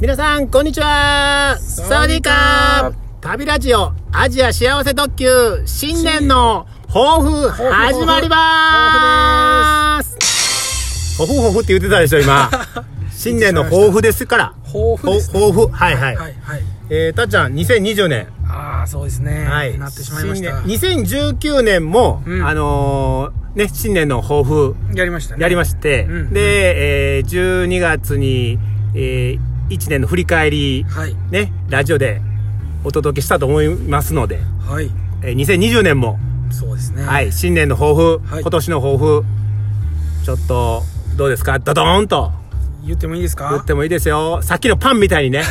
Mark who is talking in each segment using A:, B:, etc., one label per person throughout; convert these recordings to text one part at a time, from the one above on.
A: 皆さん、こんにちはサワディーカー旅ラジオ、アジア幸せ特急、新年の抱負、始まりまーす抱負抱負って言ってたでしょ、 今。新年の抱負ですから。
B: 抱負ですね
A: 抱負、はいはい。
B: はいはい
A: えー、たっちゃん、2020年。
B: ああそうですね、
A: はい。
B: なってしまいました
A: 新年2019年も、
B: うん
A: あのーね、新年の抱負、
B: やりましたね
A: やりまして、
B: うん
A: で、えー12月に、え1年の振り返り、
B: はい
A: ね、ラジオでお届けしたと思いますので、
B: はい
A: えー2020年も、
B: そうですね
A: はい、新年の抱負、
B: はい
A: 今年の抱負、ちょっと、どうですかドドーンと
B: 言ってもいいですか
A: 言ってもいいですよ。さっきのパンみたいにね、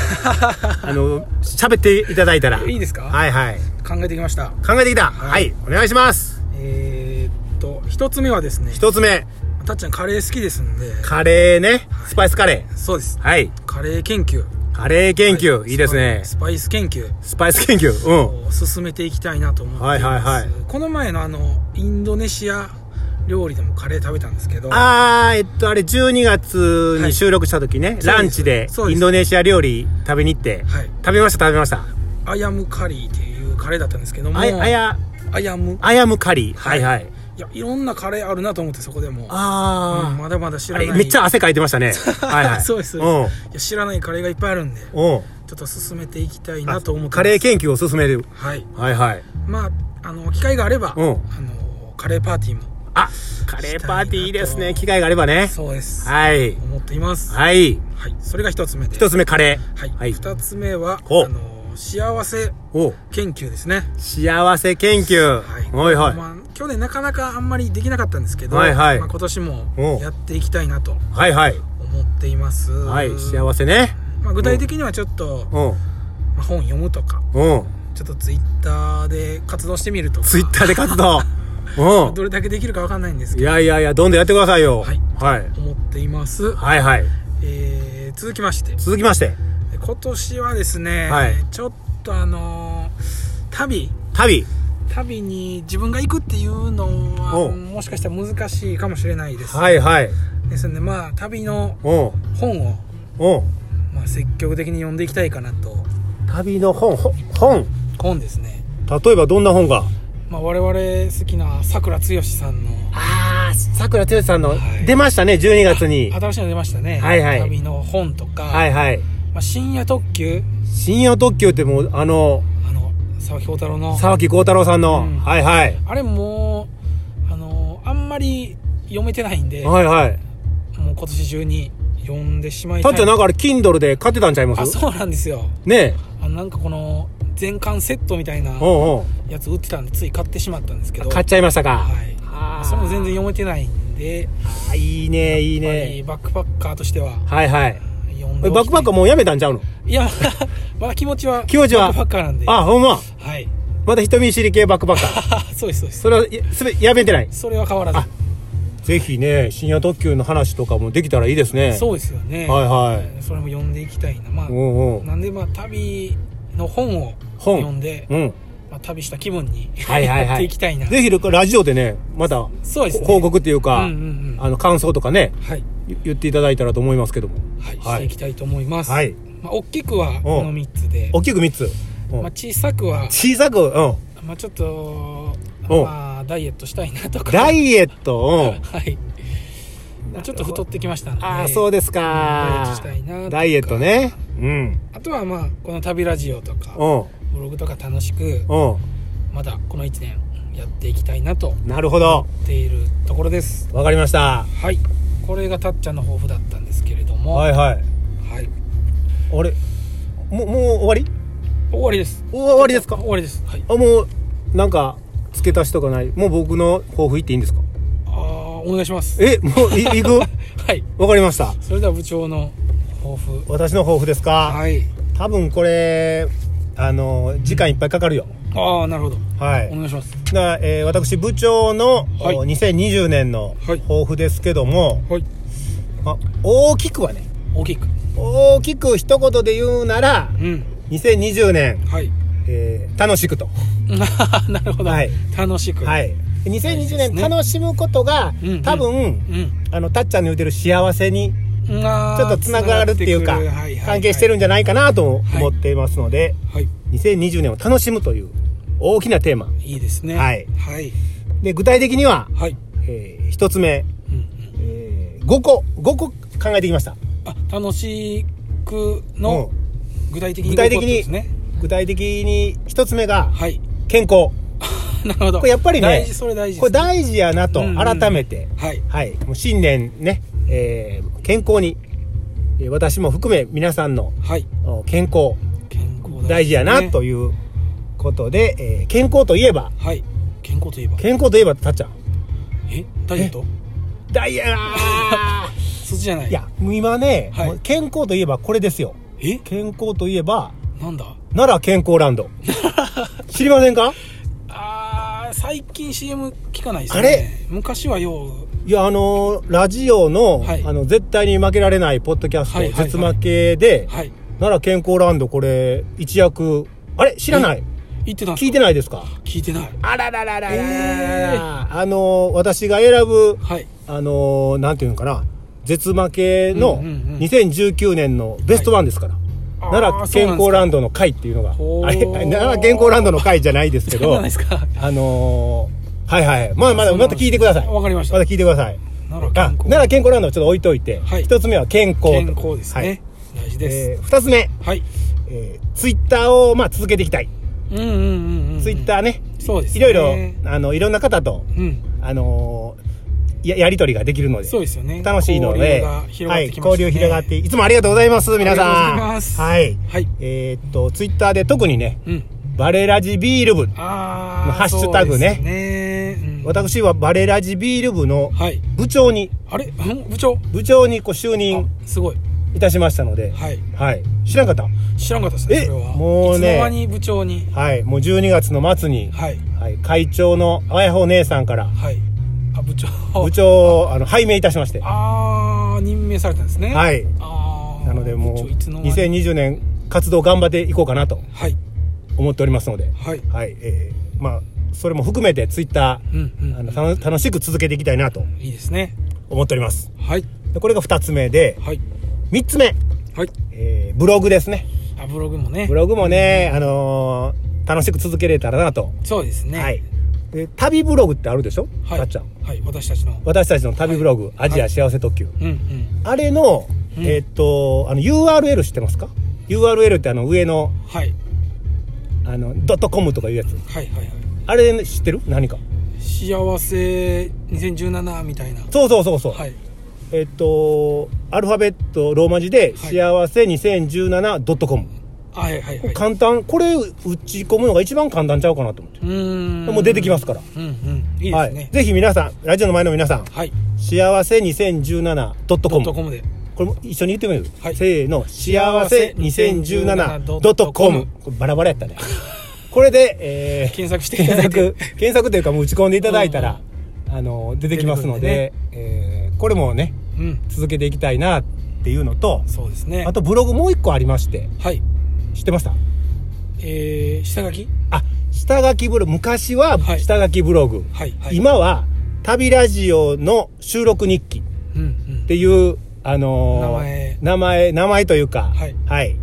A: あの、喋っていただいたら。
B: いいですか
A: はいはい。
B: 考えてきました
A: 考えてきた。は
B: はいい、
A: お願いします。
B: えー、っと一つ目はですね
A: 一つ目、
B: たっちゃんカレー好きですんで
A: カレーね、スパイスカレー。
B: そうです
A: はい。
B: カレー研究
A: カレー研究、いいですね。
B: スパイス研究
A: スパイス研究。うん。
B: を進めていきたいなと思っています、
A: はいはいはい
B: この前のあのインドネシア料理でもカレー食べたんですけど
A: あー、えっと、あれ、12月に収録した時ね、
B: す
A: ランチで
B: そう
A: イ
B: です
A: ンドネシア料理食べに行って、
B: はい
A: 食べました、食べました。
B: アヤムカリーっていうカレーだったんですけども
A: あや、あや、
B: アヤム
A: あやむカリー。は
B: はいい
A: はい。
B: いやいろんなカレーあるなと思ってそこでもうん
A: あ
B: まだまだ知
A: ー、
B: ら
A: あ
B: ない
A: れ、めっちゃ汗かいてました ね。はいはい。
B: そうです
A: うん。
B: いや知らないカレーがいっぱいあるんでちょ
A: うん。
B: っと進めていきたいなと思ってます
A: カレー研究を進める。
B: はい
A: はいはい。
B: まああの機会があれば、
A: うん
B: あのカレーパーティーも
A: あ、カレーパーティーいいですね。機会があればね。
B: そうです、
A: はい。
B: 思っていますはい、
A: はい。
B: それが一つ目で
A: 一つ目、カレ
B: は
A: ー。
B: い、二つ目はあ
A: お
B: の幸せ
A: お
B: 研究ですね
A: 幸せ研究。
B: はい、
A: はいはい。
B: まあ、去年なかなかあんまりできなかったんですけど、
A: はいはい
B: まあ、今年
A: お
B: もやっていきたいなと
A: はいはい。
B: 思っています
A: はい、幸せね。
B: まあ、具体的にはちょっと、
A: うん。
B: まあ本読むとか
A: うん。
B: ちょっとツイッターで活動してみるとか
A: ツイッターで活動。
B: ど
A: う
B: れだけできるかわかんないんです
A: ん。い
B: け
A: やいやいや、どんどんやってくださいよ。
B: はい
A: はい。
B: ど思っています、
A: はいはい。
B: えー続きまして
A: 続きまして、
B: 今年はですね、
A: はい
B: ちょっとあのー旅
A: 旅。
B: 旅に自分が行くっていうの
A: お
B: は
A: う
B: もしかしたら難しいかもしれないです、
A: はいはい。
B: ですのでまあ旅の
A: うん。
B: 本を、
A: うん。
B: まあ、積極的に読んでいきたいかなと
A: 旅の本、ほ本。
B: 本ですね、
A: 例えばどんな本が
B: まあ、我々好きなさくら剛さんの
A: ああ、桜剛さんの、
B: はい
A: 出ましたね、12月に。
B: 新しいの出ましたね、
A: はいはい
B: 旅の本とか、
A: はいはい。
B: まあ、深夜特急
A: 深夜特急ってもう、あの、
B: あの沢木耕太郎の
A: 沢木幸太郎さんの、
B: うん
A: はいはい。
B: あれもうあのあんまり読めてないんでもう
A: はいはい。
B: 今年中に読んでしまい
A: た
B: た
A: っ
B: い
A: ちゃんなんかあれ、Kindle で買ってたんちゃいま
B: あ
A: す
B: そうなんですよ
A: ね
B: あのなんかこの全巻セットみたいな
A: え。うんうん。
B: やつ売ってたんでつい買ってしまったんですけど
A: 買っちゃいましたか。
B: はい
A: あー
B: それも全然読めてないんで
A: あいいねいい
B: やっぱり
A: ね
B: バックパッカーとしては
A: はいはい
B: 読んで
A: えバックパッカー
B: ー
A: もうやめたんちゃうの
B: いやまだ気持ちは
A: 気持ちは
B: バックパッカーなんで
A: あほんま
B: はい
A: また人見知り系バックパッ カー
B: そうですそうです
A: それはいすべやめてない
B: それは変わらず
A: ぜひね深夜特急の話とかもできたらいいですね
B: そうですよね、
A: はいはい
B: それも読んでいきたいなまあ
A: うんうん
B: なんでまあ旅の本を
A: 本
B: 読んで、
A: うん
B: まあ、旅した気分に
A: はいはいはい
B: やっていきたいな
A: ぜひラジオでねまた
B: そうですね
A: 報告っていう
B: うん
A: か、
B: うんうん
A: あの感想とかね
B: はい、
A: ゆ言っていただいたらと思いますけども
B: はい
A: はい
B: していきたいと思います、
A: はい
B: まあ、大きくはこの3つで、
A: 大きく3つ、うん
B: まあ、小さくは、
A: 小さく、 うん、
B: まあ、ちょっと
A: お
B: まあダイエットしたいなとか
A: ダ
B: エ
A: イエット、う
B: ッ
A: ん
B: ト はいまあちょっと太ってきましたので
A: ああそうです
B: ダイエッ
A: か
B: トしたいなとか
A: ダイエットねうん
B: あとはまあこの旅ラジオとか
A: うん
B: ブログとか楽しく
A: うん
B: まだこの1年やっていきたいなと思
A: なるほど。
B: っているところです
A: わかりました。
B: はいこれがたっちゃんの抱負だったんですけれども
A: はいはい。
B: はい
A: あれもう、もう終わり
B: 終わりです
A: お終わりですか
B: 終わりですはい
A: あ、もう、なんか、付け足しとかない。もう僕の抱負言っていいんですか
B: あーお願いします
A: え、もう、い、 いく
B: はい
A: わかりました。
B: それでは部長の抱負
A: 私の抱負ですか
B: はい
A: 多分これ、あの、時間いっぱいかかるよ。
B: ああなるほど
A: はい。
B: お願いします
A: だから、えー私、部長の、
B: はい
A: お2020年の
B: はい
A: 抱負ですけども、
B: はい
A: あ大きくはね、
B: 大きく
A: 大きく一言で言うなら、
B: うん
A: 2020年、
B: はい
A: えー楽しくと。
B: なるほど、
A: はい
B: 楽しく
A: はい、2020
B: です
A: 年
B: ね
A: 楽しむことが、
B: うんうん
A: 多分、
B: うん
A: あのたっちゃんの言うてる幸せに
B: ちょ
A: ちょっとつながるっていうか
B: はいはい
A: 関係してるんじゃないかなと思っていますので、
B: はい
A: 2020年を楽しむという大きなテーマ。
B: いいですね
A: はい
B: はい
A: で、具体的には、
B: はい、
A: えー一つ目、
B: うんうん、
A: え5個、5個考えてきました。
B: あ楽しくの
A: うん
B: 具体的に
A: 具体的に
B: 動こうってことですね
A: 具体的に一つ目が、
B: はい
A: 健康。
B: なるほど
A: これやっぱりね
B: 大事それ大事
A: これ
B: です
A: 大事やなと
B: うんうん、
A: 改めて。
B: はい
A: はい。もう新年ね、えー健康に、えー私も含め皆さんの
B: はい
A: お健康、
B: 健康ですね
A: 大事やなということで、えー健康といえば、
B: はい健康といえば
A: 健康といえばたっちゃん。
B: えダイエット
A: ダイヤ
B: そっちじゃない
A: いや、もう今ね、
B: はい
A: もう健康といえばこれですよ。
B: え
A: 健康といえば、
B: なんだ
A: 奈良健康ラン ド。知りませんか
B: あー最近 CM 聞かないですね
A: あれ
B: 昔はよう
A: いや、あのーラジオの、
B: はい
A: あの、絶対に負けられないポッドキャスト、
B: はいはいはい
A: 絶負けで、
B: はい
A: 奈良健康ランド、これ、一躍、あれ知らない
B: 言ってたんです
A: 聞
B: か
A: いてないですか
B: 聞いてない
A: あららららららら
B: え
A: あのー私が選ぶ、
B: はい
A: あのーなんていうのかな、絶負け
B: うん
A: の
B: うんうん
A: 2019年のベストワンですから。
B: あー
A: 奈良健康ランドの会っていうのが、
B: ほー
A: あれ、奈良健康ランドの会じゃないですけ
B: そう
A: ど、
B: なんですか
A: あのーはいはい。まあまだ、
B: そうなん
A: ま
B: です
A: た聞いてください。
B: わかりました
A: また聞いてください。
B: 奈良
A: あ
B: 健康
A: 奈良健康ランドはちょっと置いといて、
B: はい
A: 一つ目は健康と。
B: 健康ですね、
A: はい
B: 大事です、
A: えー二つ目、
B: はい
A: えー、ツイッターを、まあ、続けていきたい。
B: うんうんうん、うん、
A: ツイッターね、
B: そうです
A: い
B: ね
A: ろいろ、あの、いろんな方と、
B: うん
A: あのーや、やりとりができるので、
B: そうですよね
A: 楽しいので、
B: 交流が広が
A: はい、
B: ってきました
A: 交
B: ね
A: 流広がって、いつもありがとうございます、皆さん。
B: ありがとうございます
A: はい。
B: はい
A: えーっと、ツイッターで特にね、
B: うん
A: バレラジビール部。
B: ああ
A: ハッシュタグね
B: ね、うん、
A: 私はバレラジビール部の
B: はい
A: 部長に、
B: あれん部長
A: 部長にこう就任
B: あすごい
A: いたしましたので、
B: はい
A: はい。知らんかった
B: 知らんかったですね
A: え
B: それは
A: もうね
B: いつの間に部長に
A: はい。もう12月の末に、
B: はい
A: はい、会長のあやほ姉さんから、
B: はいあ部長
A: 部長をあの拝命いたしまして、は
B: ああ任命されたんですね
A: い。
B: ああ
A: なのでもう、
B: 部長いつの間に
A: 2020年活動頑張っていこうかなと
B: はい
A: 思っておりますので、
B: はい
A: はい。えー、まあ、それも含めてツイッタ
B: うん
A: ー、あの
B: う
A: たの楽しく続けていきたいなと
B: んいいですね
A: 思っております。
B: はい
A: でこれが2つ目で、
B: はい
A: 3つ目、
B: はい
A: えー、ブログですね。
B: あブログもね
A: ブログもね、あのー楽しく続けれたらなと。
B: そうですね
A: はい。で旅ブログってあるでしょ
B: はい
A: たっちゃん。
B: はい私たちの
A: 私たちの旅ブログ、アジア幸せ特急。
B: うんうん
A: あれの、
B: うん
A: えーっと、あの、URL 知ってますか ?URL ってあの、上の、
B: はい
A: あの、ドットコムとかいうやつ。
B: はいはいはい
A: あれ知ってる何か。
B: 幸せ2017みたいな
A: そうそうそうそう。
B: はい
A: えーっと、アルファベットローマ字で、
B: はい
A: 幸せ 2017.com。
B: はいはいはい
A: 簡単、これ打ち込むのが一番簡単ちゃうかなと思って。
B: うーん
A: もう出てきますから。
B: うんうんいいで
A: は
B: す
A: い
B: ね。
A: ぜひ皆さん、ラジオの前の皆さん、
B: はい
A: 幸せ 2017.com。
B: コムで
A: これも一緒に言ってみる、
B: はい
A: せーの。幸せ 2017.com
B: .com。
A: これバラバラやったね。これで、えー、
B: 検索していた
A: 検
B: だいて
A: 索、検索というかもう打ち込んでいただいたら、あの、出てきますので、えーこれもね、
B: うん
A: 続けていきたいなっていうのと、
B: そうですね
A: あとブログもう一個ありまして、
B: はい
A: 知ってました
B: えー、下書き
A: あ、下書きブログ、昔は
B: はい
A: 下書きブログ、
B: はいはい
A: 今は旅ラジオの収録日記。
B: うんう
A: っ
B: ん
A: ていう、あのー
B: 名前
A: 名前、名前というか、
B: はい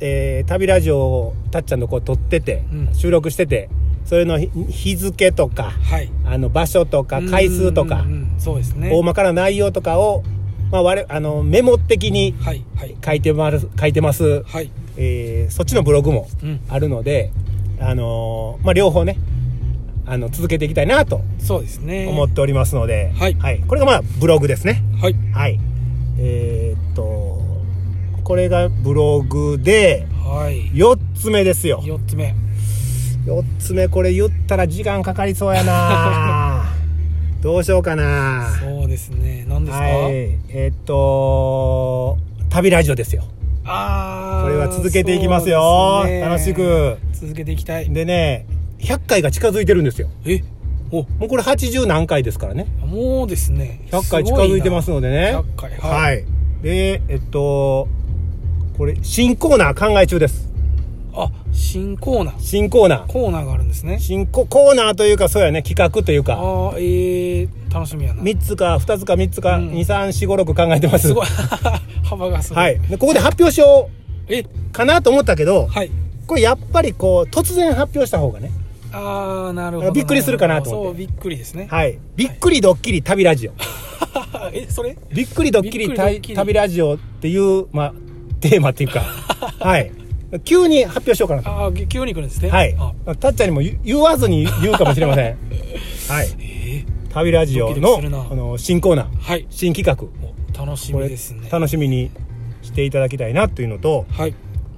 A: えー旅ラジオをたっちゃんのこう撮ってて、
B: うん
A: 収録してて、それの日日付と か、
B: はい
A: あの、場所とか、回数とか
B: うん、うんうんそうですね
A: 大まかな内容とかを、まあ、我々、あの、メモ的に
B: はいはい
A: 書いてます、書いてます。
B: はい
A: えーそっちのブログも
B: うん
A: あるので、あのーまあ、両方ね、あの、続けていきたいなと
B: そうですね
A: 思っておりますので、
B: はい
A: これがまあ、ブログですね。
B: はい
A: はい。えーっと、これがブログで、
B: はい
A: 4つ目ですよ。
B: 四つ目
A: 4つ目、これ言ったら時間かかりそうや などうしようかな
B: そうですね何ですか、
A: はい。えーっと、旅ラジオですよ。
B: ああ
A: これは続けていきますよ。楽しく。
B: 続けていきたい
A: でね、100回が近づいてるんですよ。
B: えお
A: もうこれ80何回ですからね。
B: もうですね
A: 100回近づいてますのでね。
B: 100回、
A: はいい。で、えっと、これ、新コーナー考え中です。
B: あ新コーナー
A: 新コーナー。
B: コーナーがあるんですね
A: 新ココーナーというか、そうやね、企画というか、
B: ああえー、楽しみやな
A: 3つか2つか3つか、
B: うん
A: 2、3、4、5、6考えてます。。
B: すごい 幅がすごい。
A: はい。でここで発表しよ
B: え、
A: うかなと思ったけど、
B: はい。
A: これやっぱりこう、突然発表した方がね。
B: あー、なるほど。
A: びっくりするかなと思って
B: そう、びっくりですね。
A: はい。びっくりドッキリ旅ラジオ。
B: え、それ
A: びっくりドッキ
B: び
A: リ
B: っくりド
A: た
B: ッキリ
A: 旅ラジオっていう、まあ、テーマって いうか、はい。急に発表しようかなと。
B: あー、急に来るんですね。
A: はい
B: あ。
A: たっちゃんにも言言わずに言うかもしれません。はい。
B: え
A: 旅ラジオ
B: ドキドキ
A: の
B: するな
A: あの新コーナー
B: ー、はい。
A: 新企画
B: もう楽し
A: こ
B: み
A: れ
B: ですね。
A: 楽しみにしていただきたいなというのと
B: はい。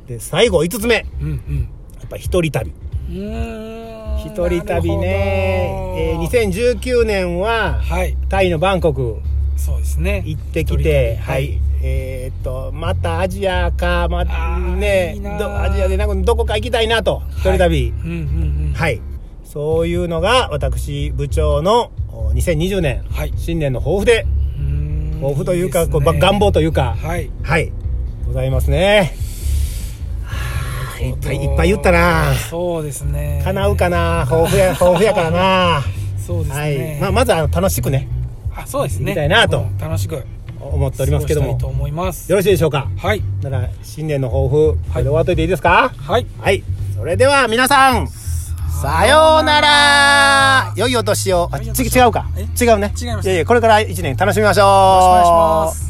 A: で最後5つ目や
B: うんうん。
A: っぱ一人旅
B: うーん。
A: 一人旅ね、え
B: なるほど
A: ー、2019年は
B: はい。
A: タイのバンコク
B: そうですね。
A: 行ってき
B: 一人
A: て
B: 旅
A: は、
B: はいい
A: えーっとまたアジアかま
B: あー
A: ね
B: いいなー
A: どアジアでなんかどこか行きたいなと一人旅
B: うんうんうん。
A: はい、そういうのが私部長のお2020年
B: はい。
A: 新年の抱負で
B: うーん
A: 抱負というか
B: です
A: こう
B: ね
A: ば願望というか
B: はい。
A: はい。ございますね。はあいっぱいいっぱい言ったな。
B: そうですね。
A: 叶うかな。抱負 や、抱負やからな。
B: そうです
A: はい
B: ね。。
A: まあ、まずは楽しくね、
B: あ、そうですね。
A: 行きたいなと
B: うん楽しく。
A: 思っておりますけど
B: 過ごしたいと
A: も。
B: 思います。
A: よろしいでしょうか。
B: はい。
A: なら、新年の抱負、これで終わっといていいですか
B: はい。
A: はい。それでは皆さん、さようなら良いお年を。あ、ち違うか。
B: え
A: 違うね。
B: 違います
A: やいや、これから一年楽しみましょう。
B: お願いします。